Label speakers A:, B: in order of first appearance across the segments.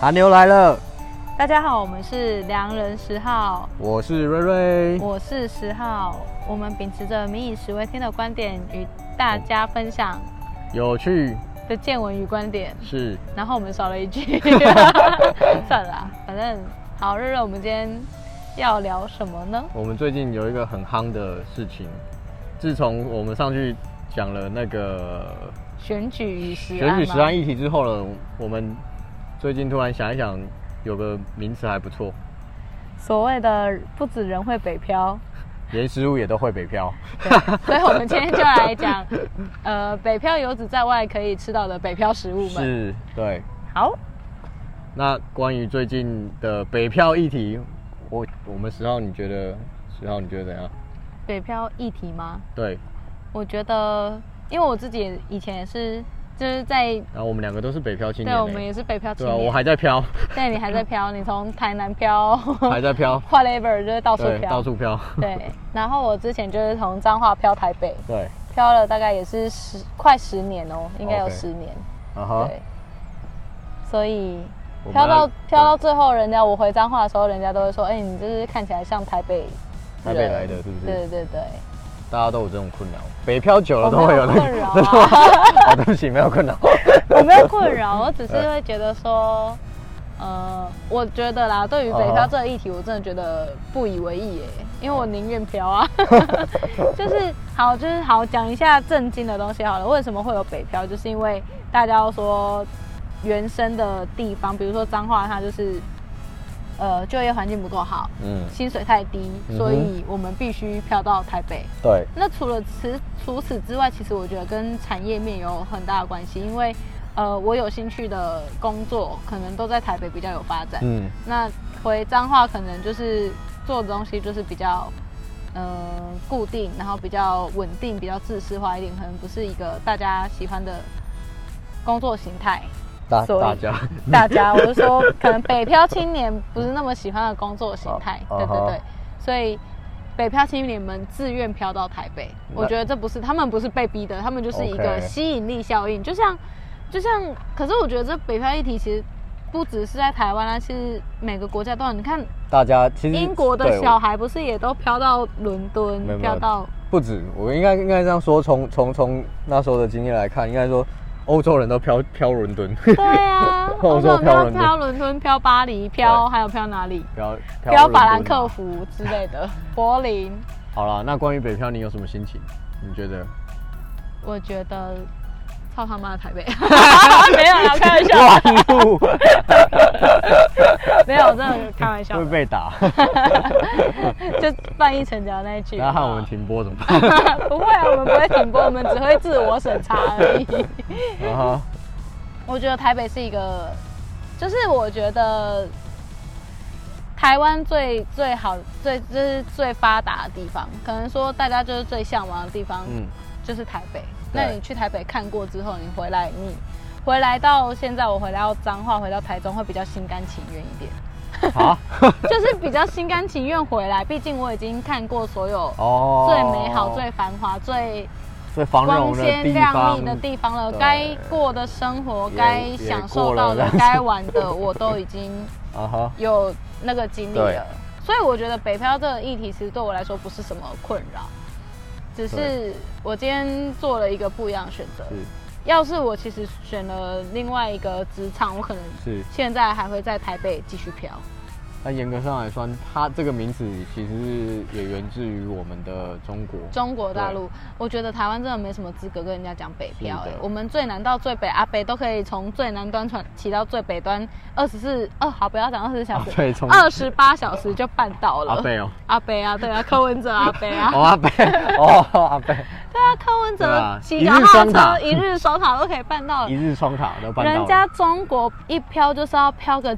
A: 韩牛来了，
B: 大家好，我们是良人十号，
A: 我是瑞瑞。
B: 我是十号。我们秉持着“民以食为天”的观点，与大家分享
A: 有趣
B: 的见闻与观点。
A: 是
B: 然后我们少了一 句，算了啦，反正好，瑞瑞，我们今天要聊什么呢？
A: 我们最近有一个很夯的事情，自从我们上去讲了那个
B: 选举与食安
A: 选
B: 吗
A: 举实案议题之后呢，我们最近突然想一想，有个名词还不错，
B: 所谓的不止人会北 漂，
A: 连食物也都会北漂。
B: 对所以我们今天就来讲，呃，北漂游子在外可以吃到的北漂食物们。
A: 是，对。
B: 好，
A: 那关于最近的北漂议题，我我们十号你觉得十号你觉得怎样？
B: 北漂议题吗？
A: 对，
B: 我觉得，因为我自己以前也是，就是在
A: 然后我们两个都是北漂青年、
B: 对
A: 欸，
B: 我们也是北漂青
A: 对啊，
B: 年，
A: 我还在 漂，
B: 对你还在漂，你从台南漂
A: 还在漂，
B: ，whatever 就是到处
A: 对，
B: 漂，
A: 到处漂，
B: 对，然后我之前就是从彰化漂台北，
A: 对，
B: 漂了大概也是十快十年哦，应该有
A: OK
B: 十年
A: 啊哈，
B: 对，所以
A: 我们
B: 漂
A: 要
B: 到漂到最后，人家我回彰化的时候，人家都会说，哎、你就是看起来像台北人。
A: 台北来的是不是
B: 对对对，
A: 大家都有这种困扰，北漂久了
B: 我
A: 都会
B: 没
A: 有
B: 有
A: 那
B: 困扰
A: 个，
B: 啊
A: 啊，对不起，没有 困扰，
B: 我没有困扰，我只是
A: 嗯
B: 会觉得说，呃，我觉得啦，
A: 嗯
B: 对于北漂这个议题，我真的觉得不以为意耶，因为我宁愿 漂啊。就是好，就是好，讲一下正经的东西好了。为什么会有北漂？就是因为大家都说原生的地方，比如说彰化，它就是呃就业环境不够好，
A: 嗯，
B: 薪水太低，
A: 嗯哼
B: 所以我们必须漂到台北。
A: 对，
B: 那除了此除此之外，其实我觉得跟产业面有很大的关系，因为呃，我有兴趣的工作可能都在台北比较有发展。
A: 嗯，
B: 那回彰化可能就是做的东西就是比较呃固定，然后比较稳定，比较自私化一点，可能不是一个大家喜欢的工作形态。
A: 大
B: 所以
A: 大家，
B: 大家，我是说，可能北漂青年不是那么喜欢的工作形 态，
A: 啊
B: 对对
A: 啊
B: 对，所以北漂青年们自愿漂到台北，
A: 那
B: 我觉得这不是他们不是被逼的，他们就是一个
A: OK
B: 吸引力效应，就像就像，可是我觉得这北漂议题其实不只是在台湾啊，其实每个国家都有，你看
A: 大家其实
B: 英国的
A: 对
B: 小孩不是也都漂到伦敦
A: 嗯没有，没有
B: 漂到
A: 不止，我应该应该这样说，从从从那时候的经验来看，应该说欧洲人都漂漂伦敦，，
B: 对啊
A: 我
B: 欧
A: 说
B: 洲
A: 漂
B: 漂
A: 伦敦
B: 漂伦敦、漂巴黎、漂还有漂哪里？
A: 漂
B: 漂法兰克
A: 伦敦。啊
B: 福之类的，柏林。
A: 好了，那关于北漂你有什么心情？你觉 得？
B: 我觉得操他妈的 台北，没有啦，开玩笑，
A: 乱入
B: 没有，真的开 玩笑
A: 会，被打，
B: 就翻译成讲那一句。
A: 然后
B: 好
A: 我
B: 不 好
A: 们停播怎么办？
B: 不会啊，我们不会停播，我们只会自我审查而已。
A: 啊哈，
B: 我觉得台北是一个，就是我觉得台湾最最好、最就是最发达的地方，可能说大家就是最向往的地方，
A: 嗯，
B: 就是台北。
A: 对
B: 那你去台北看过之后，你回来你回来到现在，我回来到彰化，回到台中会比较心甘情愿一 点，
A: 好，
B: 就是比较心甘情愿回来。毕竟我已经看过所有
A: 哦，
B: 最美好、最繁华、最
A: 最繁
B: 光
A: 荣的
B: 鲜
A: 地
B: 亮丽
A: 方
B: 的地方了。
A: 对
B: 该过的生活、
A: 也
B: 该享受到
A: 也过了这
B: 的
A: 样子、
B: 该玩的，我都已经
A: 啊哈，
B: 有那个经历
A: 对
B: 了。所以我觉得北漂这个议题，其实对我来说不是什么困扰，只是我今天做了一个不一样的选择。
A: 是
B: 要是我其实选了另外一个职场，我可能
A: 是。
B: 现在还会在台北继续漂。
A: 那严格上来说，它这个名词其实是也源自于我们的中国。
B: 中国大陆，我觉得台湾真的没什么资格跟人家讲北漂、
A: 是
B: 欸
A: 的。
B: 我们最南到最北，阿北都可以从最南端传骑到最北端，二十四哦，好，不要讲二十四小
A: 啊
B: 时，
A: 对从
B: 二十八小时就办到了。
A: 阿贝哦，
B: 阿北啊，对啊，柯文哲阿北啊，
A: 哦阿贝，哦阿贝，
B: 对啊，柯文
A: 对
B: 哲
A: 啊
B: 骑脚踏车
A: 一
B: 一日双塔都可以办到
A: 一
B: 了。
A: 日双塔都办到了。
B: 人家中国一漂就是要漂个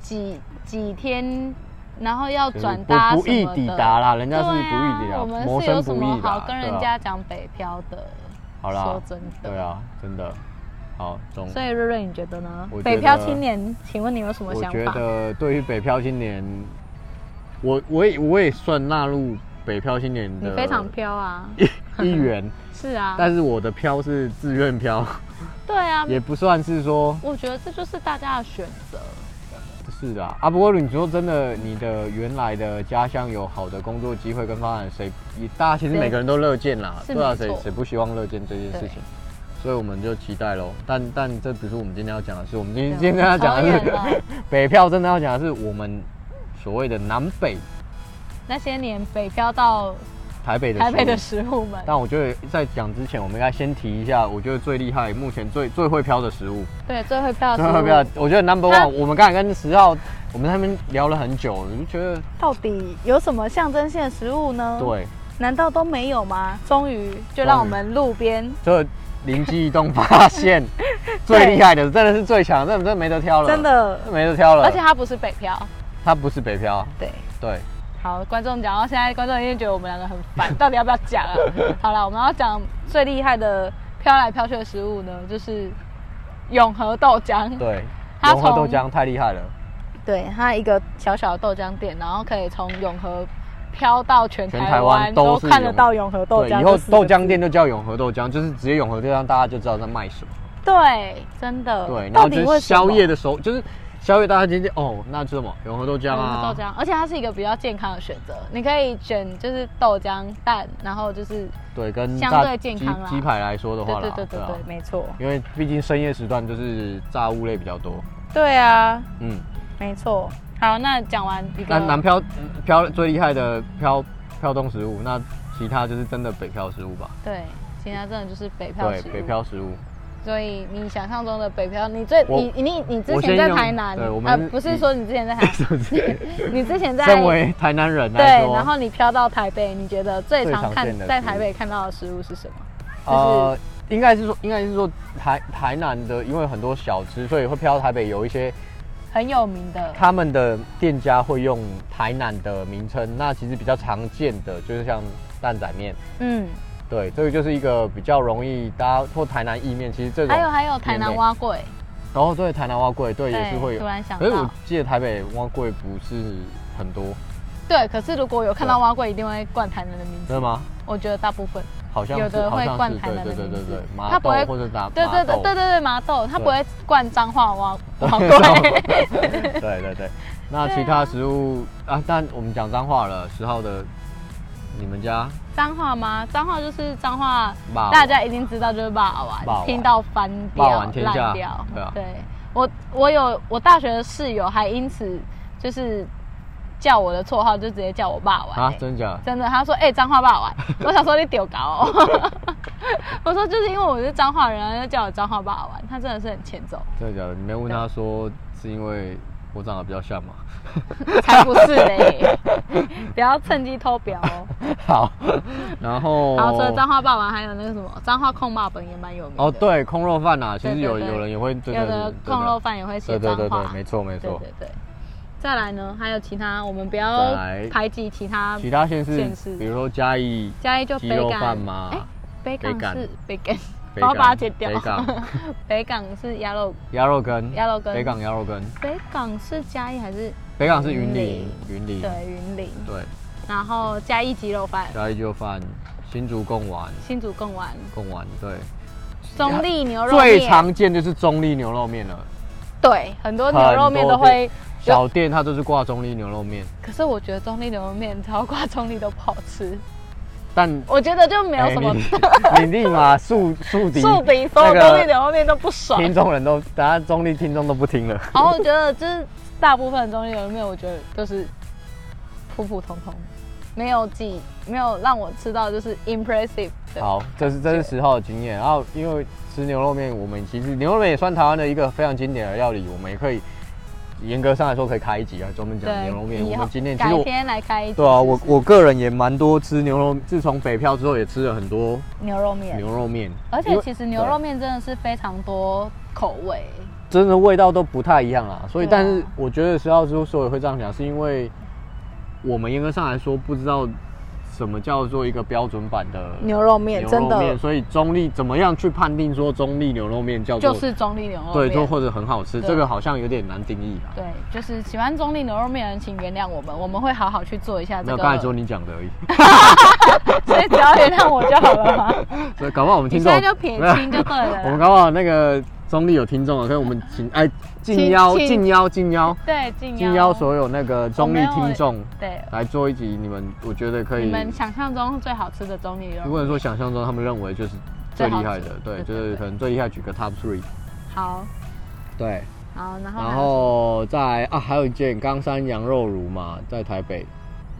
B: 几几天，然后要
A: 就是
B: 转
A: 不
B: 搭
A: 不易
B: 什么
A: 抵
B: 的
A: 达啦，人家
B: 对
A: 是不易抵
B: 啊，
A: 达，
B: 我们
A: 谋
B: 是有
A: 生
B: 什
A: 不
B: 么
A: 易
B: 好
A: 啦，
B: 跟
A: 对
B: 人
A: 啊
B: 家讲北漂的？
A: 好啦
B: 说真的，
A: 对。啊，真的好中。
B: 所以瑞瑞，你觉得呢
A: 我觉得？
B: 北漂青年，请问你有什么
A: 我
B: 想
A: 觉
B: 法？
A: 得对于北漂青年，我我也我也算纳入北漂青年
B: 你
A: 的
B: 非常飘啊，
A: 一 一员，
B: 是啊，
A: 但是我的漂是 自愿漂，
B: 对啊，
A: 也不算是说
B: 我觉得这就是大家的选择。
A: 是啊，啊，不过你说真的，你的原来的家乡有好的工作机会跟发展，谁也大家其实
B: 对
A: 每个人都乐见啦，
B: 是
A: 对啊，
B: 没错
A: 谁谁不希望乐见这件事情？所以我们就期待喽。但但这不是我们今天要讲的事，我们今天今天要讲的
B: 好远
A: 是
B: 哦
A: 北漂，真的要讲的是我们所谓的南北
B: 那些年北漂到
A: 台北的
B: 台北
A: 食物
B: 的食物们，
A: 但我觉得在讲之前，我们应该先提一下，我觉得最厉害、目前最最会飘的食物，
B: 对，最会 漂
A: 最
B: 的食
A: 会
B: 物
A: 飘。我觉得 number
B: 它
A: one，我们刚才跟十号，我们在那边聊了很久，我就觉得
B: 到底有什么象征性的食物呢？，
A: 对，
B: 难道都没有吗？终于就让我们路边
A: 这灵机一动发 现 最厉害的，真的是最强，这真的没得挑了，
B: 真的，
A: 没得挑了。
B: 而且它不是北漂，
A: 它不是北漂，
B: 对。
A: 对，
B: 好，观众讲到现在，观众一定觉得我们两个很烦， 到底要不要 讲啊？好了，我们要讲最厉害的飘来飘去的食物呢，就是永和豆浆。
A: 对，
B: 它
A: 融合豆
B: 嗯从
A: 浆太厉害了，
B: 对，它一个小小的豆浆店，然后可以从永和飘到全
A: 全
B: 台
A: 台
B: 湾，
A: 湾
B: 都
A: 都是
B: 看得
A: 永
B: 到永和豆
A: 对，
B: 浆。
A: 以后豆浆，店就叫永和豆浆，就是直接永和豆浆，大家就知道在卖什么。
B: 对，真的，
A: 对，然
B: 到
A: 后
B: 底
A: 就
B: 为
A: 是
B: 什么
A: 宵夜的时候，就是宵夜大家今天哦，那吃什么？永和豆浆
B: 永
A: 啊，
B: 嗯和豆浆，而且它是一个比较健康的选择，你可以选就是豆浆蛋，然后就是
A: 对，跟
B: 相
A: 炸
B: 对健
A: 鸡
B: 康啦
A: 鸡排来说的
B: 对
A: 话啦，
B: 对对对
A: 啊
B: 对，没错，
A: 因为毕竟深夜时段就是炸物类比较多，
B: 对啊，
A: 嗯，
B: 没错。好，那讲完一个
A: 那南漂漂最厉害的漂漂东食物，那其他就是真的北漂食物吧，
B: 对，其他真的就是北漂
A: 对
B: 食，物
A: 北漂食物，
B: 所以你想象中的北漂，你最
A: 我
B: 你你你之
A: 我
B: 前
A: 先
B: 在
A: 用
B: 台南，
A: 对我
B: 呃
A: 们
B: 不是说你之前在台 南，你之前在
A: 身为台南人
B: 对
A: 来，说，
B: 然后你飘到台北，你觉得最
A: 最
B: 常
A: 常
B: 看
A: 见的
B: 在
A: 食
B: 台
A: 物
B: 北看到的食物是什么？
A: 呃，应该是说应该是说台台南的，因为很多小吃，所以会漂到台北有一些
B: 很有名的，
A: 他们的店家会用台南的名称，那其实比较常见的就是像蛋仔面，
B: 嗯，
A: 对，这个就是一个比较容易大家或台南意面，其实这种
B: 还有还有台南
A: 面类，
B: 蛙贵，
A: 然后对台南蛙贵，对也是会有
B: 突。然想
A: 可是我
B: 到，
A: 记得台北蛙贵不是很多，
B: 对，可是如果有看到蛙贵，一定会冠台南的名
A: 真
B: 字
A: 的，吗？
B: 我觉得大部分，
A: 好像
B: 有
A: 是，
B: 的
A: 好
B: 会
A: 像
B: 灌
A: 是，
B: 台
A: 对
B: 南的
A: 对对
B: 名
A: 对
B: 字
A: 对，
B: 它
A: 麻
B: 不
A: 豆
B: 会
A: 或者打麻
B: 对对对
A: 豆
B: 对对对，麻豆，它
A: 对
B: 不会冠彰化蛙蛙 贵，
A: 对对对 对。那其他食物啊，但我们讲脏话了，十号的你们家
B: 彰化吗？彰化就是彰化，
A: 霸王
B: 大家一定知道就是霸王，
A: 霸王
B: 听到翻
A: 霸
B: 掉
A: 王天下
B: 烂掉。
A: 对啊
B: 我我有我大学的室友还因此就是叫我的绰号，就直接叫我霸王、
A: 啊
B: 欸，
A: 真假？
B: 真的，他说：“哎、彰化 霸王。”我想说你丢搞、哦， 我说就是因为我是彰化人，他就叫我彰化霸王。他真的是很欠揍，
A: 真的假的？你没问他说是因为我长得比较像吗？
B: 才不是嘞！不要趁机偷表哦。
A: 好，然后
B: 然后除了彰化霸王，还有那个什么彰化控霸本也蛮有名的。
A: 哦，对，空肉饭呐，其实
B: 对对
A: 有
B: 对
A: 有人也会真
B: 有
A: 的啊
B: 的
A: 是
B: 控肉，饭也会写
A: 真
B: 脏
A: 的
B: 话，
A: 对对对对，没错没错
B: 对。对对再来呢，还有其他，我们不要
A: 再来
B: 排挤其他。
A: 其他县
B: 县
A: 市
B: 市，
A: 比如说嘉义
B: 嘉义就
A: 鸡
B: 北
A: 肉
B: 港
A: 饭嘛，北
B: 北港
A: 港
B: 是北港，
A: 北
B: 我要把它
A: 港
B: 剪掉
A: 北 港。
B: 北港是鸭肉，
A: 鸭肉羹，
B: 鸭肉羹
A: 北港鸭肉羹，
B: 北港是嘉义还是
A: 北港是云
B: 云
A: 林
B: 林，
A: 云林
B: 对云林？
A: 对，
B: 然后嘉义鸡肉饭，
A: 嘉义就饭，新竹贡丸，
B: 新竹贡丸，
A: 贡丸对，
B: 中立牛肉面，
A: 最常见就是中立牛肉面了，
B: 对很多牛肉面都会。有
A: 小店它都是挂中立牛肉面，
B: 可是我觉得中立牛肉面，只要挂中立都不好吃，
A: 但
B: 我觉得就没有什么
A: 哎你 你立马树树敌
B: 树敌，所有
A: 那个
B: 中立牛肉面都不爽。
A: 听众人都，大家中立听众都不听了。
B: 然后我觉得就是大部分的中间有没有，我觉得就是普普通通，没有几没有让我吃到就是 impressive 的。
A: 好，这是这是十号的经验。然后因为吃牛肉面，我们其实牛肉面也算台湾的一个非常经典的料理，我们也可以严格上来说可以开一集啊，专门讲
B: 对，
A: 牛肉面。
B: 以
A: 我
B: 后
A: 们今天其实
B: 改
A: 我
B: 天来开一集
A: 对啊，我
B: 试试
A: 我个人也蛮多吃牛肉，自从北漂之后也吃了很多
B: 牛肉面，
A: 牛肉面，
B: 而
A: 因
B: 且
A: 为
B: 其实牛肉面真的是非常多口味，
A: 真的味道都不太一样啦。所以，
B: 对啊
A: 但是我觉得十号之所以会这样讲，是因为我们严格上来说不知道什么叫做一个标准版的
B: 牛肉面
A: 牛肉面，所以中立怎么样去判定说中立牛肉面叫做
B: 就是中立牛肉面。
A: 对，就或者很好吃，
B: 对
A: 这个好像有点难定义啊。
B: 对，就是喜欢中立牛肉面的人，请原谅我们，我们会好好去做一下
A: 没
B: 这
A: 有，
B: 个。
A: 刚才只有你讲的而已，
B: 所以只要原谅我就好了嘛。
A: 所以搞不好我们
B: 你
A: 听
B: 现
A: 众
B: 在就撇清就对了啦。
A: 我们搞不好那个中立有听众啊，所以我们请哎敬邀
B: 请
A: 敬邀敬邀
B: 对，敬
A: 敬邀所有那个中立听众
B: 对，
A: 来做一集，你们我觉得可以
B: 欸你，们想象中最好吃的中立肉
A: 如果说想象中他们认为就是最厉害
B: 最好
A: 的
B: 吃，
A: 对，
B: 对
A: 就是
B: 对
A: 可能最厉害举个 top three，
B: 好，
A: 对，
B: 好，然后
A: 然
B: 还有
A: 后再啊还有一件冈山羊肉炉嘛，在台北，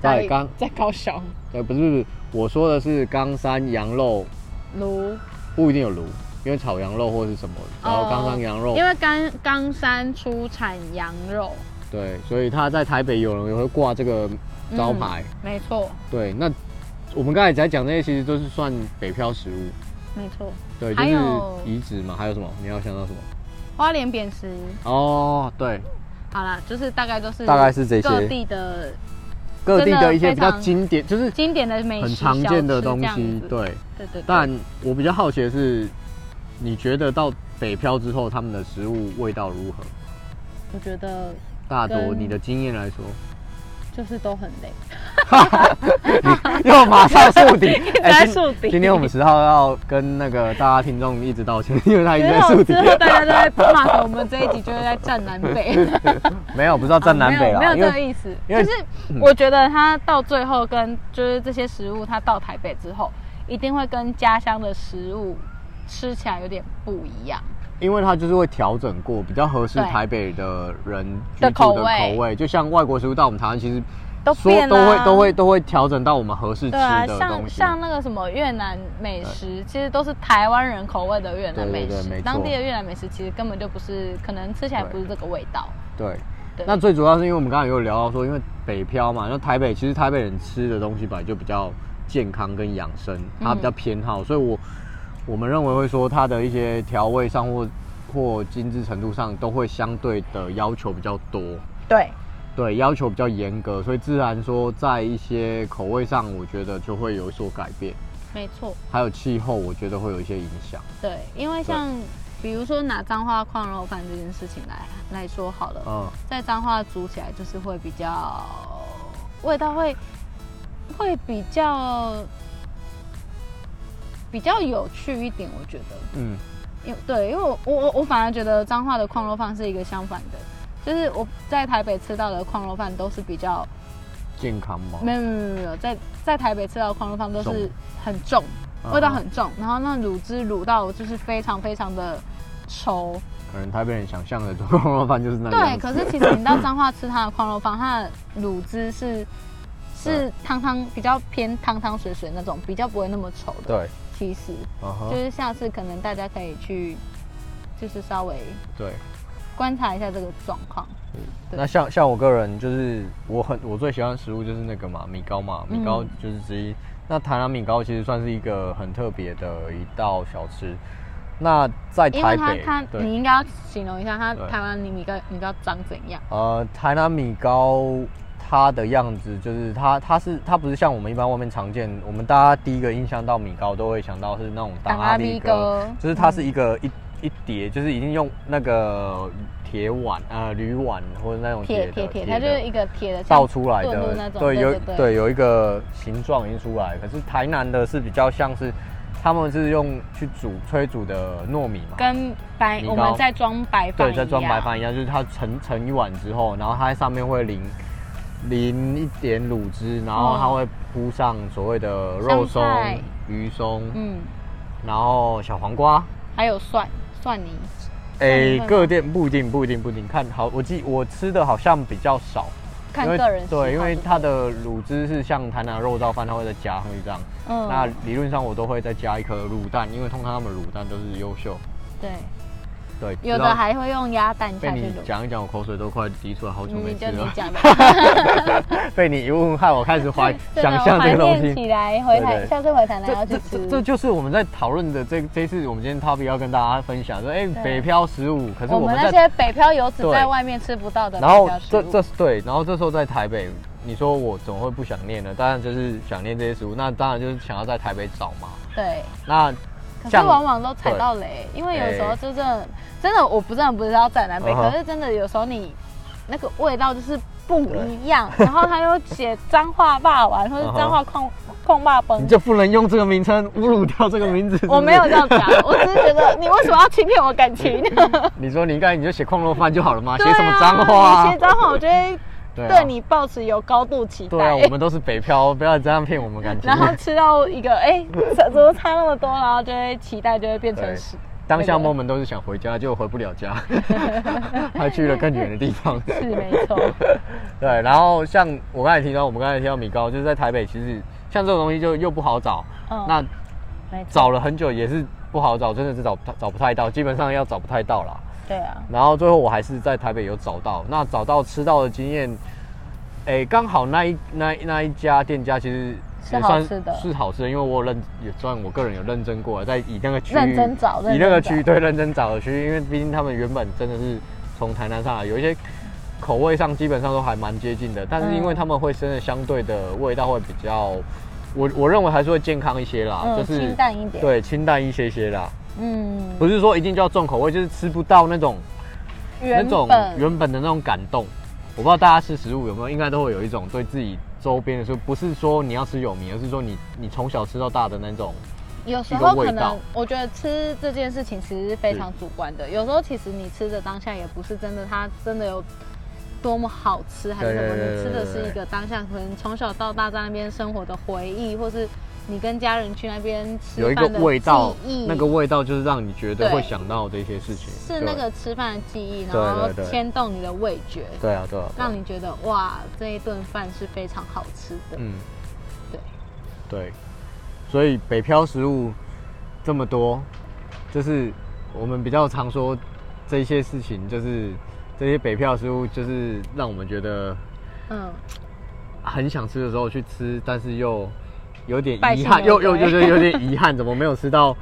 A: 在冈
B: 在高雄
A: 呃不是不是，我说的是冈山羊肉
B: 炉，
A: 不一定有炉，因为炒羊肉或是什么，然后冈山羊肉
B: 哦因为冈冈山出产羊肉
A: 对，所以他在台北有人也会挂这个招牌。，
B: 嗯没错，
A: 对，那我们刚才在讲那些，其实都是算北漂食物。
B: 没错，
A: 对，就
B: 还
A: 是
B: 有
A: 遗址嘛，还有什么？你要想到什么？
B: 花莲扁食，
A: 哦，对，
B: 好啦，就是大概都是
A: 大概是这些
B: 各地的
A: 各地
B: 真的
A: 的一些
B: 非
A: 比较
B: 常
A: 经典，就是
B: 经典的美食
A: 很常见的
B: 小吃
A: 东
B: 这样
A: 西
B: 子。
A: 对，
B: 对对，对
A: 但我比较好奇的是，你觉得到北漂之后，他们的食物味道如何？
B: 我觉得
A: 大多
B: 跟
A: 你的经验来说，
B: 就是都很累，
A: 你 又马上树敌，哎
B: 在
A: 今
B: 树敌
A: 今天我们十号要跟那个大家听众一直道歉，因为他一直在
B: 之
A: 树
B: 后
A: 敌
B: 之。 后大家都在骂说我们这一集就是在站南北，
A: 啊
B: 啊
A: 没有，不知道站南北
B: 没
A: 啦，
B: 有
A: 因
B: 没有这个
A: 为
B: 意思，
A: 因
B: 就
A: 为嗯
B: 是我觉得它到最后跟就是这些食物，它到台北之后一定会跟家乡的食物吃起来有点不一样。
A: 因为它就是会调整过，比较合适
B: 对
A: 台北的人居
B: 的
A: 住
B: 口
A: 的
B: 味
A: 口味。就像外国食物到我们台湾，其实
B: 都
A: 说
B: 变
A: 都啊
B: 啦
A: 会都会都会调整到我们合适吃
B: 对啊，
A: 的
B: 像
A: 东西。
B: 像那个什么越南美食，其实都是台湾人口味的越南美
A: 对对
B: 食，
A: 对没错
B: 当地的越南美食其实根本就不是，可能吃起来不是这个味道。
A: 对，
B: 对，
A: 那最主要是因为我们刚才有聊到说，因为北漂嘛，那台北其实台北人吃的东西本来就比较健康跟养生，它比较偏好，所以我我们认为会说它的一些调味上或或精致程度上都会相对的要求比较多。
B: 对
A: 对，要求比较严格，所以自然说在一些口味上，我觉得就会有所改变，
B: 没错，
A: 还有气候，我觉得会有一些影响。
B: 对，因为像比如说拿彰化矿肉饭这件事情来来说好了，
A: 嗯，
B: 在彰化煮起来就是会比较味道会会比较比较有趣一点，我觉得。
A: 嗯，
B: 因对，因为我我我我反而觉得彰化的矿肉饭是一个相反的，就是我在台北吃到的矿肉饭都是比较
A: 健康吗？
B: 没有没有没有没有，在在台北吃到的矿肉饭都是
A: 重
B: 很重，
A: 嗯
B: 味道很重，然后那卤汁卤到就是非常非常的稠，
A: 可能台北人想象的中国肉饭就是那个
B: 对。
A: 样子。
B: 可是其实你到彰化吃它的矿肉饭，它的卤汁是是汤汤比较偏汤汤水水那种，比较不会那么稠的。
A: 对，
B: 其实
A: 嗯哼，
B: 就是下次可能大家可以去，就是稍微
A: 对。
B: 观察一下这个状况。对
A: 那像像我个人就是我很我最喜欢的食物就是那个嘛米糕嘛，米
B: 嗯
A: 糕就是之一。那台南米糕其实算是一个很特别的一道小吃。那在
B: 因为
A: 台
B: 它
A: 北，
B: 它
A: 对。
B: 你应该要形容一下它
A: 对
B: 台湾米米糕米糕长怎样？
A: 呃，台南米糕它的样子就是它，它是它不是像我们一般外面常见，我们大家第一个印象到米糕都会想到是那种
B: 党
A: 党阿
B: 阿
A: 米
B: 米
A: 糕
B: 糕，嗯
A: 就是它是一个、一一碟，就是已经用那个铁碗呃铝碗或者那种
B: 铁
A: 铁
B: 铁
A: 的
B: 铁，
A: 的
B: 它就是一个铁的像
A: 倒出来
B: 炖
A: 的
B: 的那，种，
A: 对，有
B: 对
A: 对有一个形状已经出来，可是台南的是比较像是他们是用去煮催煮的糯米嘛，
B: 跟白
A: 米糕
B: 我们在装白饭
A: 对，
B: 一
A: 在
B: 样
A: 装白饭一样，就是它盛盛一碗之后，然后它在上面会淋淋一点卤汁，然后它会铺上所谓的肉松
B: 香菜、
A: 鱼松，
B: 嗯，
A: 然后小黄瓜。
B: 还有蒜蒜泥，
A: 诶、
B: 你会吗
A: 各店不一定，不一定，不一定。看好，我记我吃的好像比较少，
B: 看
A: 因为
B: 个人喜好
A: 对，因为它的卤汁是像台南的肉燥饭，它会再加黑这样。
B: 嗯
A: 那理论上我都会再加一颗卤蛋，因为通常他们卤蛋都是优秀。
B: 对，
A: 对，
B: 有
A: 知道
B: 的还会用鸭蛋
A: 被
B: 下去
A: 你
B: 卤。
A: 讲一讲，我口水都快滴出来，好久没
B: 嗯，
A: 吃
B: 就
A: 了。
B: 你讲的，
A: 被你一问，害我开始怀
B: 真的
A: 想象这个东
B: 我怀念起
A: 西。
B: 来，
A: 对
B: 回
A: 对
B: 台下次回台南要
A: 这
B: 去
A: 这
B: 吃
A: 这。这就是我们在讨论的这这一次我们今天 topic 要跟大家分享说，哎，
B: 对
A: 北漂十五，可是
B: 我
A: 我
B: 们
A: 们
B: 那
A: 在
B: 些北漂游子
A: 对
B: 在外面吃不到的北
A: 然后
B: 漂食
A: 这
B: 物，
A: 这对，然后这时候在台北，你说我怎么会不想念呢？当然就是想念这些食物，那当然就是想要在台北找嘛。
B: 对，
A: 那
B: 可是
A: 像哎
B: 往往都踩到雷，因为有时候就真的真的，我不真的不知道在南北，
A: 嗯哼
B: 可是真的有时候你那个味道就是不一样，然后他又写脏话霸王或者
A: 嗯哼
B: 脏话矿碰霸崩
A: 你。就不能用这个名称侮辱掉这个名字？是不是
B: 我没有这样 讲，我只是觉得你为什么要欺骗我感情？
A: 你说你应该你就写矿肉饭就好了嘛，写什么
B: 对
A: 脏话
B: 啊？
A: 啊？
B: 你写脏话，我觉得
A: 对啊
B: 对你抱持有高度期
A: 对啊，
B: 待
A: 我。们都是北漂，不要这样骗我们感情
B: 然。后吃到一个哎，怎怎么差那么多？然后就会期待就会变成
A: 对
B: 是。
A: 当下
B: 那个
A: 我们都是想回家，就回不了 家，还去了更远的地方。
B: 是没错，
A: 对，然后像我刚才提到，我们刚才提到米糕，就是在台北，其实像这种东西就又不好找，
B: 嗯，
A: 那
B: 没错
A: 找了很久也是不好找，真的是找不找不太到，基本上要找不太到啦。
B: 对啊，
A: 然后最后我还是在台北有找到，那找到吃到的经验，哎，刚好那一那一那一家店家其实
B: 是
A: 也
B: 好
A: 算
B: 吃的
A: 是好吃的，因为我有认也算我个人有认真过，在以那个区域
B: 认真找认
A: 以
B: 真
A: 那个
B: 找
A: 区域对认真找的区域，因为毕竟他们原本真的是从台南上来，有一些口味上基本上都还蛮接近的，但是因为
B: 嗯
A: 他们会生的相对的味道会比较，我我认为还是会健康一些啦，
B: 嗯，
A: 就是
B: 清淡一点，，
A: 对清淡一些些啦，
B: 嗯，
A: 不是说一定就要重口味，就是吃不到那种。那
B: 原
A: 种
B: 本
A: 原本的那种感动。我不知道大家吃食物有没有，应该都会有一种对自己周边的食物，不是说你要吃有名，而是说你你从小吃到大的那种。
B: 有时
A: 一个
B: 候
A: 味
B: 可
A: 道
B: 能，我觉得吃这件事情其实是非常主观的。有时候其实你吃的当下也不是真的，它真的有多么好吃还是什么，
A: 对对对
B: 你吃的是
A: 对
B: 一个当下可能从小到大在那边生活的回忆，或是你跟家人去那边吃
A: 有一个
B: 饭的
A: 味道
B: 记忆，
A: 那个味道就是让你觉得
B: 对
A: 会想到这些事情。
B: 是那个吃饭的记忆，然
A: 对
B: 后
A: 对对
B: 牵动你的味觉，
A: 对啊对啊，对啊
B: 让你觉得哇，这一顿饭是非常好吃的。
A: 嗯
B: 对
A: 对，所以北漂食物这么多，就是我们比较常说这些事情，就是这些北漂食物，就是让我们觉得
B: 嗯，
A: 很想吃的时候去吃，但是又有点
B: 败
A: 遗
B: 兴
A: 憾，
B: 而
A: 又又
B: 归
A: 又又有点遗憾，怎么没有吃到？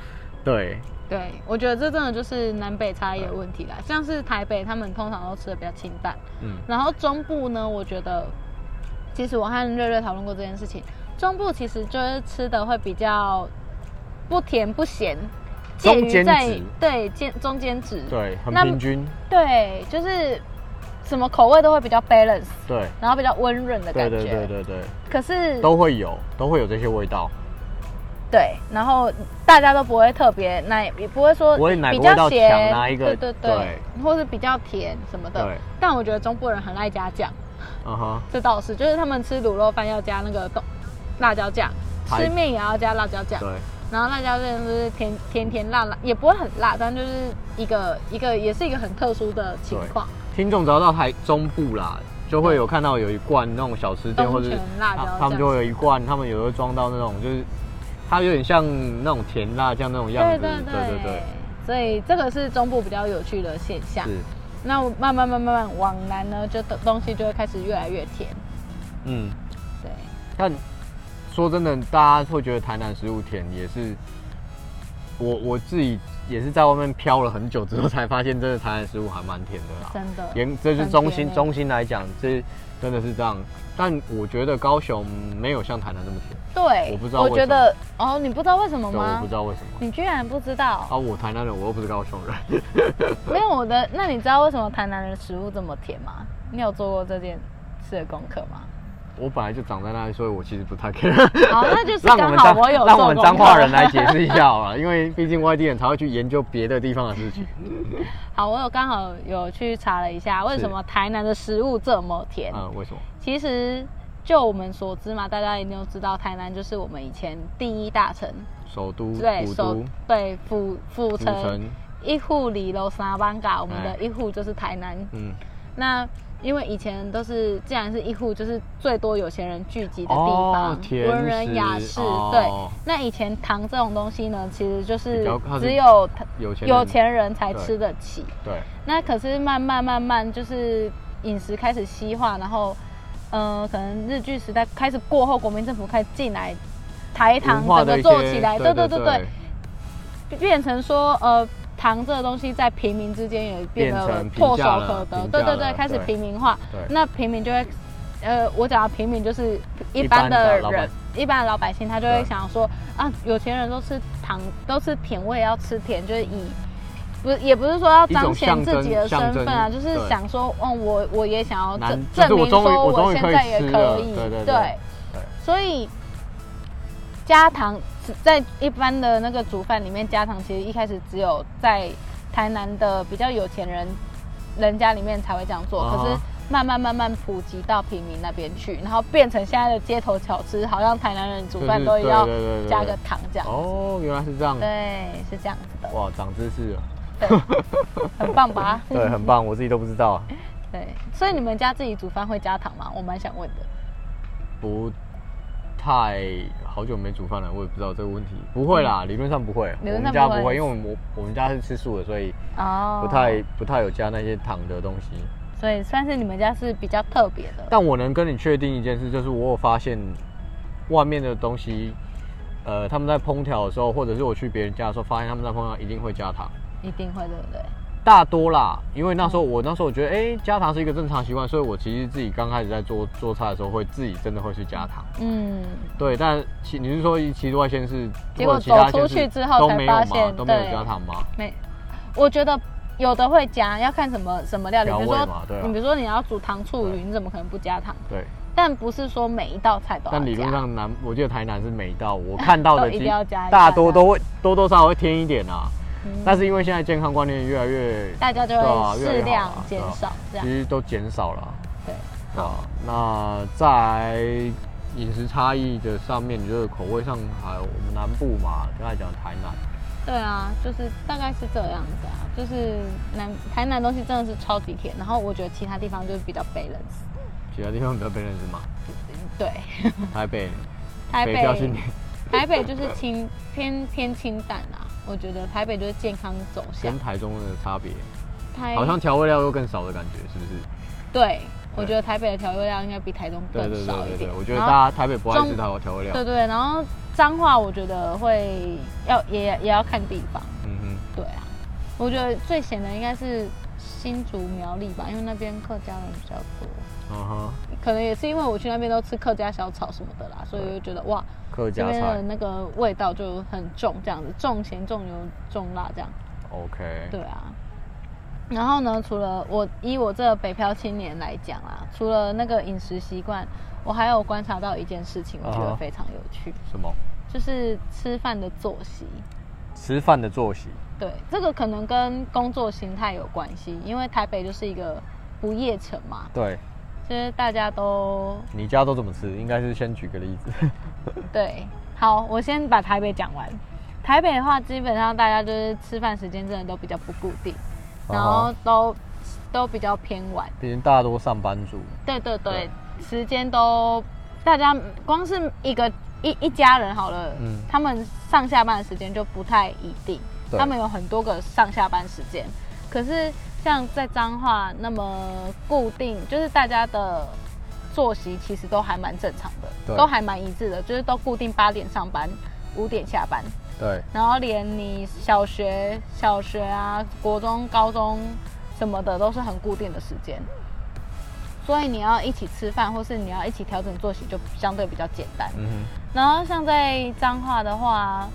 A: 对，
B: 对，我觉得这真的就是南北差异的问题啦。像是台北，他们通常都吃的比较清淡，
A: 嗯
B: 然后中部呢，我觉得其实我和瑞瑞讨论过这件事情，中部其实就是吃的会比较不甜不咸，介
A: 中
B: 于
A: 间
B: 在
A: 值
B: 对间中间值，
A: 对，很
B: 那
A: 平均，
B: 对，就是什么口味都会比较 balance，
A: 对，
B: 然后比较温润的
A: 对
B: 感觉。
A: 对对对对，
B: 可是
A: 都会有，都会有这些味道，
B: 对，然后大家都不会特别那也不会说
A: 不会哪个
B: 比
A: 味道
B: 较咸，
A: 强哪一个
B: 对对对，或是比较甜什么的
A: 对。
B: 但我觉得中部人很爱加酱，
A: 啊哈，
B: 这倒是，就是他们吃卤肉饭要加那个豆辣椒酱，
A: 台
B: 吃面也要加辣椒酱，
A: 对，
B: 然后辣椒酱就是甜甜甜辣辣，也不会很辣，但就是一个一个也是一个很特殊的情
A: 对
B: 况。
A: 听众只要到台中部啦。就会有看到有一罐那种小吃店，
B: 东
A: 或者
B: 泉辣椒
A: 他他们
B: 酱
A: 就会有一罐，他们有的装到那种，就是它有点像那种甜辣酱那种样子，
B: 对
A: 对对，
B: 所以这个是中部比较有趣的现象。
A: 是，
B: 那我慢慢慢慢慢往南呢，就东西就会开始越来越甜。
A: 嗯，
B: 对，
A: 但说真的，大家会觉得台南食物甜，也是我我自己也是在外面漂了很久之后才发现，真的台南食物还蛮甜的啦。
B: 真的。
A: 严，这是
B: 很
A: 中
B: 甜
A: 心
B: 欸
A: 中心来讲，这真的是这样。但我觉得高雄没有像台南那么甜，
B: 对，
A: 我不知道为什么
B: 觉得哦，你不知道为什么
A: 对，我
B: 吗
A: 不？知道为什么。
B: 你居然不知道？
A: 啊，我台南人，我又不是高雄人。
B: 没有我的，那你知道为什么台南的食物这么甜吗？你有做过这件事的功课 吗？
A: 我本来就长在那里，所以我其实不太 care。
B: 好，那就是
A: 让我
B: 刚
A: 们
B: 好
A: 彰
B: 我有
A: 让
B: 做
A: 我们
B: 功
A: 彰
B: 课
A: 化人啊来解释一下好 了，因为毕竟外地人才会去研究别的地方的事情。
B: 好，我有刚好有去查了一下，为什么台南的食物这么甜？
A: 嗯，为什么？
B: 其实就我们所知嘛，大家一定都知道，台南就是我们以前第一大城，
A: 首都、
B: 对，
A: 古
B: 首
A: 都、
B: 对府府
A: 古
B: 城
A: 城，
B: 一户里楼三班嘎，我们
A: 哎
B: 的一户就是台南
A: 嗯，
B: 那因为以前都是，既然是一户，就是最多有钱人聚集的地
A: 哦
B: 方，
A: 甜
B: 文人雅
A: 食
B: 士。
A: 哦
B: 对，那以前糖这种东西呢，其实就是
A: 比较它是
B: 只有糖
A: 有钱人
B: 有钱人才
A: 对
B: 吃得起。
A: 对，
B: 那可是慢慢慢慢，就是饮食开始西化，然后，呃，可能日据时代开始过后，国民政府开始进来，台
A: 文
B: 糖
A: 化
B: 整
A: 的
B: 个
A: 一
B: 做
A: 些
B: 起来，
A: 对
B: 对
A: 对
B: 对对，就变成说呃。糖这个东西在平民之间也变
A: 变
B: 得
A: 成平
B: 唾手
A: 价了
B: 可得，
A: 平
B: 对
A: 价
B: 对
A: 了
B: 对，开始
A: 对
B: 平民化
A: 对。
B: 那平民就会，呃，我讲的平民就是一般
A: 一般
B: 的
A: 的老百
B: 人
A: 姓，
B: 一般的老百姓，他就会
A: 对
B: 想说啊，有钱人都吃糖，都吃甜，我也要吃甜，就是以不也不是说要
A: 一种
B: 彰显
A: 象
B: 自己
A: 征
B: 的身
A: 象
B: 份啊，
A: 征
B: 就是
A: 对
B: 想说，嗯，我我也想要
A: 难就是
B: 证证
A: 我
B: 明
A: 终于
B: 说
A: 我终于
B: 现
A: 可以
B: 在也
A: 吃
B: 可
A: 了
B: 以
A: 对对对，对
B: 所以加糖只在一般的那个煮饭里面加糖，其实一开始只有在台南的比较有钱人人家里面才会这样做，
A: 啊
B: 可是慢慢慢慢普及到平民那边去，然后变成现在的街头小吃，好像台南人煮饭
A: 就
B: 都
A: 是
B: 要
A: 对对对对
B: 加个糖这样子。
A: 哦，原来是这样。
B: 对，是这样子的，
A: 哇，长知识了。
B: 很棒吧？
A: 对，很棒，我自己都不知道。
B: 对，所以你们家自己煮饭会加糖吗？我蛮想问的。
A: 不太好久没煮饭了，我也不知道这个问题。不会啦，理论上不会，我
B: 理论
A: 们
B: 上
A: 家
B: 不会
A: 不会，因为我们我们家是吃素的，所以
B: 哦，
A: 不太、，不太有加那些糖的东西。
B: 所以算是你们家是比较特别的。
A: 但我能跟你确定一件事，就是我有发现外面的东西，呃，他们在烹调的时候，或者是我去别人家的时候，发现他们在烹调一定会加糖。
B: 一定会，对不对？
A: 大多啦，因为那时候
B: 嗯
A: 我那时候我觉得，哎、加糖是一个正常习惯，所以我其实自己刚开始在做做菜的时候，会自己真的会去加糖。
B: 嗯，
A: 对，但其你是说其实外县市
B: 结
A: 或
B: 果
A: 者其他
B: 走出
A: 县市
B: 去之后
A: 都
B: 才
A: 没有
B: 发
A: 吗？
B: 现
A: 都没有
B: 对
A: 加糖吗？
B: 没，我觉得有的会加，要看什么什么料理。
A: 调
B: 比
A: 味
B: 如说
A: 嘛对啊，
B: 你比如说你要煮糖醋
A: 对
B: 鱼，你怎么可能不加糖？
A: 对，
B: 但不是说每一道菜都要
A: 但理论
B: 加。
A: 上南，我记得台南是每到我看到的
B: 都一
A: 几
B: 定要加一下
A: 大多都会多多少少会添一点啊。
B: 嗯
A: 但是因为现在健康观念越来越，
B: 大家就
A: 对啊
B: 会
A: 越来越
B: 适量
A: 好啊
B: 减少，这
A: 其
B: 样
A: 实都减少了啊，
B: 对。
A: 对啊。那在饮食差异的上面，你觉得口味上还有我们南部嘛，刚才讲台南，
B: 对啊，就是大概是这样子啊，就是南台南东西真的是超级甜，然后我觉得其他地方就是比较 balance。
A: 其他地方比较被认识 嘛，
B: 对，
A: 台北，
B: 台
A: 北
B: 北
A: 漂青年，
B: 台北就是清偏偏清淡啊，我觉得台北就是健康走向
A: 跟。台中的差别，
B: 台
A: 好像调味料又更少的感觉，是不是？
B: 对，我觉得台北的调味料应该比台中
A: 对
B: 更
A: 对
B: 少
A: 对
B: 一
A: 对
B: 点
A: 对，。我觉得
B: 然
A: 大
B: 后
A: 家台北不爱吃
B: 中
A: 台湾调味料。
B: 对对，然后脏话我觉得会要也也要看地方，
A: 嗯哼，
B: 对啊，我觉得最咸的应该是新竹苗栗吧，因为那边客家人比较多，
A: 嗯哼，
B: 可能也是因为我去那边都吃客家小炒什么的啦，所以我就觉得哇，
A: 客
B: 这
A: 家
B: 边的
A: 菜。
B: 那个味道就很重，这样子重咸重油重辣这样。
A: OK。
B: 对啊。然后呢，除了我以我这个北漂青年来讲啊，除了那个饮食习惯，我还有观察到一件事情，我觉
A: 啊哈
B: 得非常有趣
A: 什么？
B: 就是吃饭的作息。
A: 吃饭的作息。
B: 对，这个可能跟工作形态有关系，因为台北就是一个不夜城嘛，
A: 对，
B: 就是大家都
A: 你家都怎么吃？应该是先举个例子。
B: 对，好，我先把台北讲完。台北的话，基本上大家就是吃饭时间真的都比较不固定，然后
A: 哦
B: 都、都比较偏晚。
A: 毕竟大多上班族。
B: 对对
A: 对
B: 对，时间都大家光是一个一一家人好了，
A: 嗯
B: 他们上下班的时间就不太一定，
A: 对
B: 他们有很多个上下班时间。可是像在彰化那么固定，就是大家的作息其实都还蛮正常
A: 对
B: 的，都还蛮一致的，就是都固定八点上班，五点下班。
A: 对，
B: 然后连你小学、小学啊、国中、高中什么的都是很固定的时间，所以你要一起吃饭，或是你要一起调整作息，就相对比较简单。
A: 嗯
B: 然后像在彰化的话，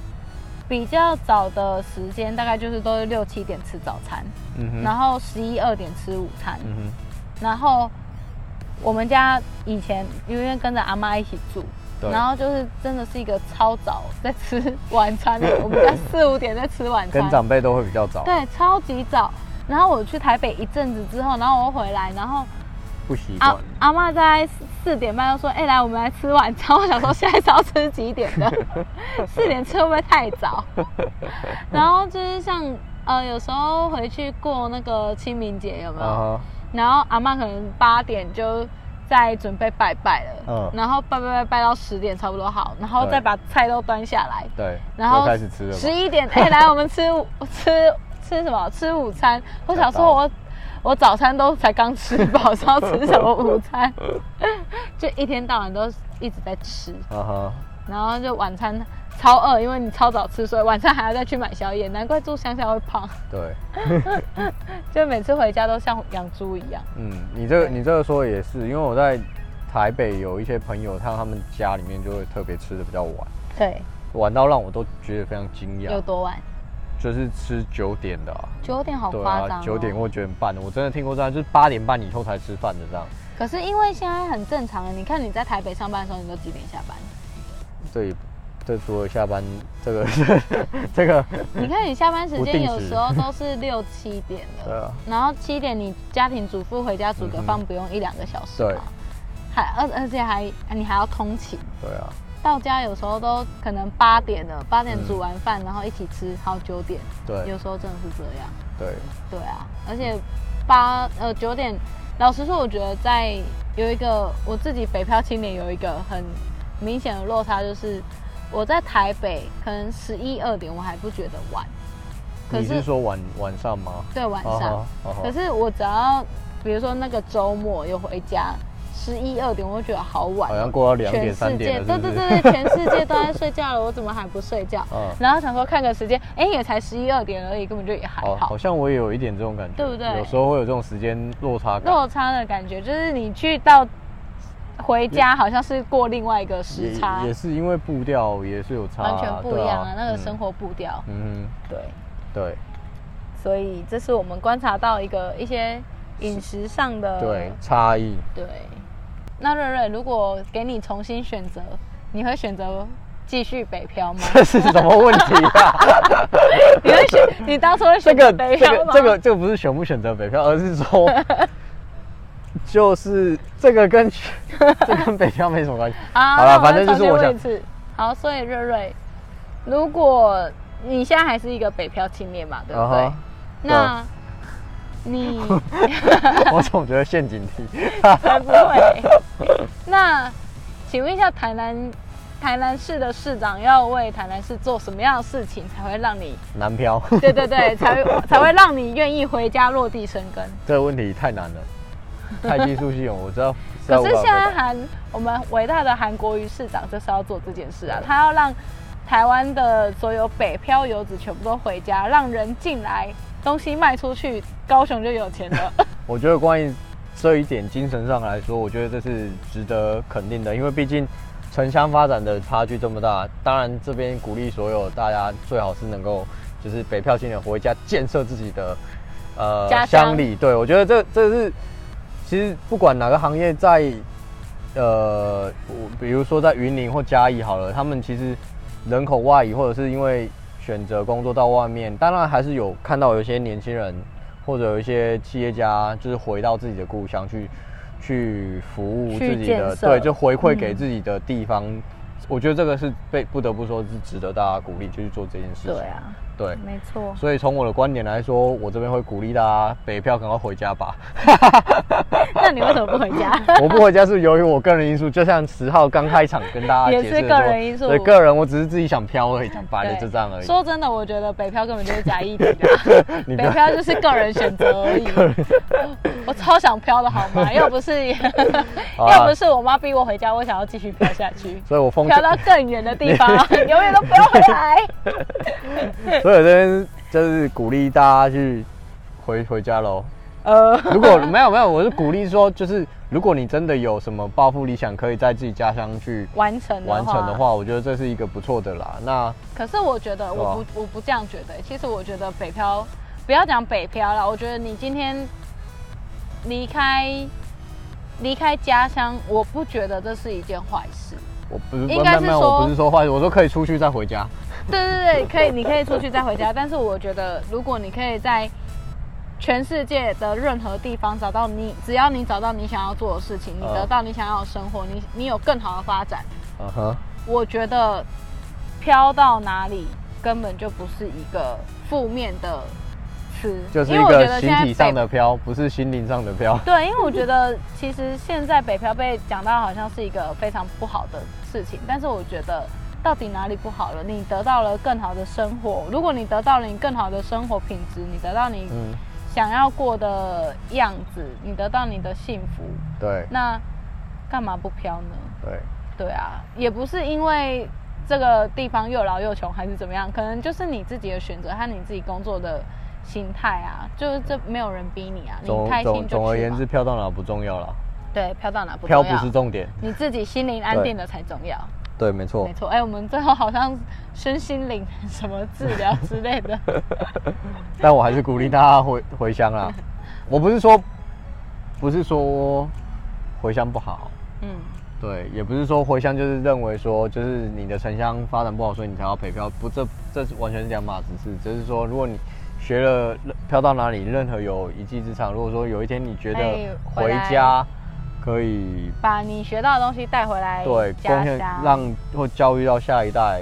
B: 比较早的时间大概就是都是六七点吃早餐，
A: 哼，嗯哼，
B: 然后十一二点吃午餐，
A: 嗯哼，
B: 然后我们家以前因为跟着阿妈一起住，
A: 对
B: 然后就是真的是一个超早在吃晚餐的，我们家四五点在吃晚
A: 跟
B: 餐，
A: 长辈都会比较早。，
B: 对，超级早。然后我去台北一阵子之后，然后我回来，然后
A: 不习
B: 阿
A: 惯。
B: 阿妈在四点半就说：“哎、来，我们来吃晚餐。”我想说现在是要吃几点 的？四点吃会不会太早？ 然后就是像呃，有时候回去过那个清明节，有没有？
A: 啊哈，
B: 然后阿妈可能八点就在准备拜拜了，
A: 嗯
B: 然后拜拜拜拜到十点差不多好，然后
A: 对
B: 再把菜都端下来，
A: 对，
B: 然后
A: 就开始吃了
B: 十
A: 嘛。
B: 一点，哎、来我们吃午 吃吃什么？吃午餐。我想说我我早餐都才刚吃饱，是要吃什么午餐？ 就一天到晚都一直在吃，
A: 啊哈，
B: 然后就晚餐超饿，因为你超早吃，所以晚餐还要再去买宵夜，难怪住乡下会胖，
A: 对，
B: 就每次回家都像养猪一样。
A: 嗯，你这个你这个说的也是，因为我在台北有一些朋友，他他们家里面就会特别吃的比较晚，
B: 对，
A: 晚到让我都觉得非常惊
B: 有
A: 讶，
B: 多晚？
A: 就是吃九点的啊。
B: 九点好
A: 对
B: 夸张、
A: 啊，
B: 哦，
A: 九点或九点半，我真的听过这样，就是八点半以后才吃饭的这样。
B: 可是因为现在很正常了，你看你在台北上班的时候，你都几点下班？
A: 这也这除了下班这个 这个，
B: 你看你下班时
A: 不定
B: 间
A: 时
B: 有时候都是六七点
A: 对
B: 了，
A: 啊，
B: 然后七点你家庭主妇回家煮个饭不用一两个小时
A: 对
B: 嘛，还而而且还你还要通勤，
A: 对啊，
B: 到家有时候都可能八点了，八点
A: 嗯
B: 煮完饭然后一起吃，好九点，
A: 对
B: 有时候真的是这样。
A: 对，
B: 对啊，而且八呃九点，老实说，我觉得在有一个我自己北漂青年有一个很明显的落差，就是我在台北可能十一二点我还不觉得晚，可
A: 你
B: 是
A: 是说晚晚上吗？
B: 对晚上，
A: 啊哈啊哈
B: 可是我只要比如说那个周末有回家。十一二点，我会觉得好晚哦，
A: 好像过到两
B: 全
A: 点
B: 世
A: 三
B: 界
A: 点了，
B: 对
A: 是不
B: 对
A: 是
B: 对对，全世界都在睡觉了，我怎么还不睡觉？
A: 嗯
B: 然后想说看个时间，哎，也才十一二点而已，根本就也还
A: 哦好，
B: 好
A: 好。像我也有一点这种感觉，
B: 对不对
A: 有时候会有这种时间落差感，
B: 落差的感觉，就是你去到回家好像是过另外一个时差
A: 也，也是因为步调也是有差、
B: 完全不一样
A: 对
B: 啊，那个生，活步调。
A: 嗯嗯
B: 对，
A: 哼，对
B: 所以这是我们观察到一个一些饮食上的
A: 对，差异，
B: 对那瑞瑞，如果给你重新选择，你会选择继续北 漂吗？
A: 这是什么问题啊？
B: 你会选？你当初会
A: 这
B: 选
A: 个
B: 择
A: 这
B: 北漂
A: 个
B: 吗？
A: 这个这个不是选不选择北漂，而是 说，就是这个跟 这跟北漂没什么 关系。
B: 啊，
A: 好
B: 那
A: 了，
B: 我
A: 反
B: 再
A: 正就是
B: 重
A: 我
B: 新
A: 想
B: 问一，次。好，所以瑞瑞，如果你现在还是一个北漂青年嘛，对不对？
A: 啊哈
B: 那 你
A: 我总觉得陷阱题。
B: 才不会。那请问一下，台南台南市的市长要为台南市做什么样的事情，才会让 你
A: 南漂
B: 对对对，才会才会让你愿意回家落地生根？
A: 这个问题太难了，太技术性了，我知道。知道
B: 可是
A: 无法
B: 现 在
A: 回答
B: 韩我们伟大的韩国瑜市长就是要做这件事啊，他要让台湾的所有北漂游子全部都回家，让人进来，东西卖出去，高雄就有钱了。
A: 我觉得关于这一点精神上来说，我觉得这是值得肯定的，因为毕竟城乡发展的差距这么大。当然，这边鼓励所有大家最好是能够就是北漂青年回家建设自己的呃
B: 家乡
A: 乡里。对我觉得这这是其实不管哪个行业在呃，我比如说在云林或嘉义好了，他们其实人口外移，或者是因为选择工作到外面，当然还是有看到有一些年轻人或者有一些企业家，就是回到自己的故乡去去服务
B: 去
A: 自己
B: 建
A: 的，
B: 设
A: 对，就回馈给
B: 嗯
A: 自己的地方。我觉得这个是被不得不说是值得大家鼓励，就去做这件事情。，
B: 啊，
A: 对。
B: 没错。
A: 所以从我的观点来说，我这边会鼓励大家北漂赶快回家吧。
B: 那你为什么不回家？
A: 我不回家是由于我个人因素，就像十号刚开场跟大家解释的
B: 也是个人因素
A: 对个人，我只是自己想飘而已，讲白了
B: 对
A: 就这样而已。
B: 说真的，我觉得北漂根本就是假议题的，
A: 你不
B: 北
A: 要
B: 漂就是个人选择而已。 我超想飘的好 吗？要不是
A: 好啊
B: 要不是我妈逼我回家，我想要继续飘下 去。
A: 所以我封，
B: 飘到更远 的地方，永远都不要回来。
A: 所以我这边就是鼓励大家去回回家 喽。
B: 呃，
A: 如果没有没有，我是鼓励说，就是如果你真的有什么抱负理想，可以在自己家乡去
B: 完成
A: 完成的，话，我觉得这是一个不错的啦。那
B: 可是我觉得我不我不这样觉得。欸其实我觉得北漂，不要讲北漂了，我觉得你今天离开离开家乡，我不觉得这是一件坏事。
A: 我不是
B: 应该是
A: 没有没有，
B: 说
A: 我不是说坏，我说可以出去再回家。
B: 对对对，可以，你可以出去再回家。但是我觉得，如果你可以在全世界的任何地方找到你，只要你找到你想要做的事情，你
A: 嗯
B: 得到你想要的生活，你你有更好的发展，
A: 嗯哼，
B: 我觉得飘到哪里根本就不是一个负面的词，
A: 就是
B: 因
A: 一
B: 为我觉得
A: 个
B: 现
A: 形
B: 在
A: 体上
B: 北
A: 的飘，不是心灵上的飘。
B: 对，因为我觉得其实现在北漂被讲到好像是一个非常不好的事情，但是我觉得到底哪里不好了？你得到了更好的生活，如果你得到了你更好的生活品质，你得到你
A: 嗯，
B: 想要过的样子，你得到你的幸福，
A: 对
B: 那干嘛不飘呢？
A: 对。
B: 对啊，也不是因为这个地方又老又穷还是怎么样，可能就是你自己的选择和你自己工作的心态啊，就是这没有人逼你啊，你
A: 总
B: 开心就
A: 总
B: 去
A: 总而言
B: 嘛
A: 之，飘到哪不重要了，
B: 对，飘到哪不重
A: 飘
B: 要，
A: 不是重点。
B: 你自己心灵安定的才重要。
A: 对，没错
B: 没。错，哎、我们最后好像身心灵什么治疗之 类的，
A: 但我还是鼓励大家回回乡啦。我不是说，不是说回乡不好，
B: 嗯，
A: 对，也不是说回乡就是认为说就是你的城乡发展不好，所以你才要北漂，不，这这是完全是两码子事。只是说，如果你学了漂到哪里，任何有一技之长，如果说有一天你觉
B: 可以
A: 得
B: 哎回
A: 回
B: 来
A: 家可以
B: 把你学到的东西带回来
A: 对
B: 哎家
A: 贡献
B: 乡，
A: 让或教育到下一代，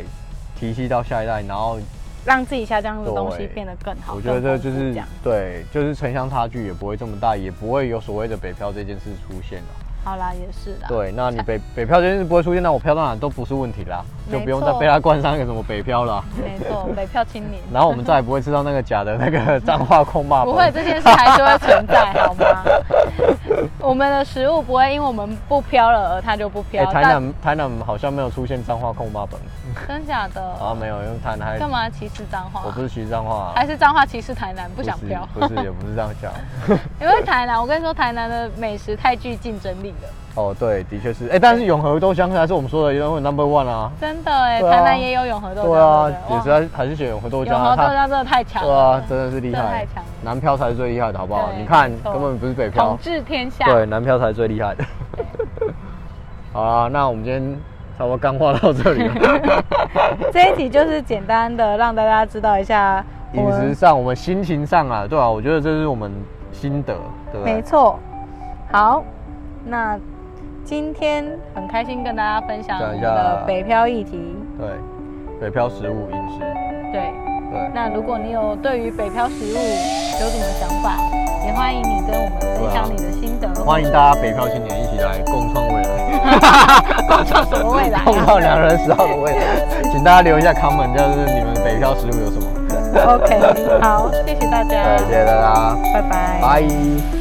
A: 提携到下一代，然后
B: 让自己下乡的东西
A: 对
B: 变得更好。
A: 我觉得这
B: 更丰富
A: 就是
B: 这样。
A: 对，就是城乡差距也不会这么大，也不会有所谓的北漂这件事出现了。
B: 好啦，也是啦。
A: 对，那你北北漂这件事不会出现，那我漂到哪都不是问题啦，就
B: 没
A: 不用再
B: 错
A: 被他冠上一个什么北漂 啦。
B: 没错，北漂青 年。
A: 然后我们再也不会吃到那个假的那 个脏话控骂。哎
B: 不会，这件事还是会存在，好吗？我们的食物不会因为我们不飘了而它就不
A: 哎、
B: 飘。
A: 台南台南好像没有出现脏话控骂本
B: 但真假的？
A: 啊，没有，因为台南还
B: 干嘛歧视脏话
A: 我？不是学脏话、啊
B: 还，是脏话歧视台南，不
A: 不
B: 想
A: 是
B: 飘。
A: 不是也不是这样讲。
B: 因为欸台南，我跟你说，台南的美食太具竞争力了，
A: 哦，对，的确是，哎、但是永和豆浆才是我们说的永远 number one 啊。
B: 真的哎，
A: 对啊
B: 台南也有永和豆
A: 对
B: 浆，
A: 啊
B: 对，不
A: 也
B: 对哇
A: 是还是选永和豆浆
B: 永和
A: 啊，
B: 豆浆真的太强
A: 对啊
B: 了，，
A: 真的是厉
B: 真的
A: 害
B: 太强了，
A: 南漂才是最厉害的，好不好？
B: 对
A: 你看
B: 没，错啊
A: 根本不是北漂
B: 统，治天下。
A: 对，南漂才是最厉害的。 好啊，那我们今天差不多干话到这里 了。
B: 这一集就是简单的让大家知道一下我
A: 饮
B: 们
A: 食上，我们心情上啊，对啊，我觉得这是我们心得，对不
B: 没
A: 对？
B: 错。好，那今天很开心跟大家分享
A: 讲
B: 我
A: 一
B: 们
A: 下
B: 的北漂议题。
A: 对，北漂食物饮食，
B: 对，
A: 对，
B: 那如果你有对于北漂食物有什么想法，也欢迎你跟我们分享你的心得，
A: 啊欢迎大家北漂青年一起来共创未来，
B: 共创什么未来、
A: 共
B: 啊。
A: 创良人十号的未 来，请大家留一下 comment，就是你们北漂食物有什么？
B: OK，好，谢谢大家
A: 哎对，，谢谢大家，
B: 拜拜。
A: 拜。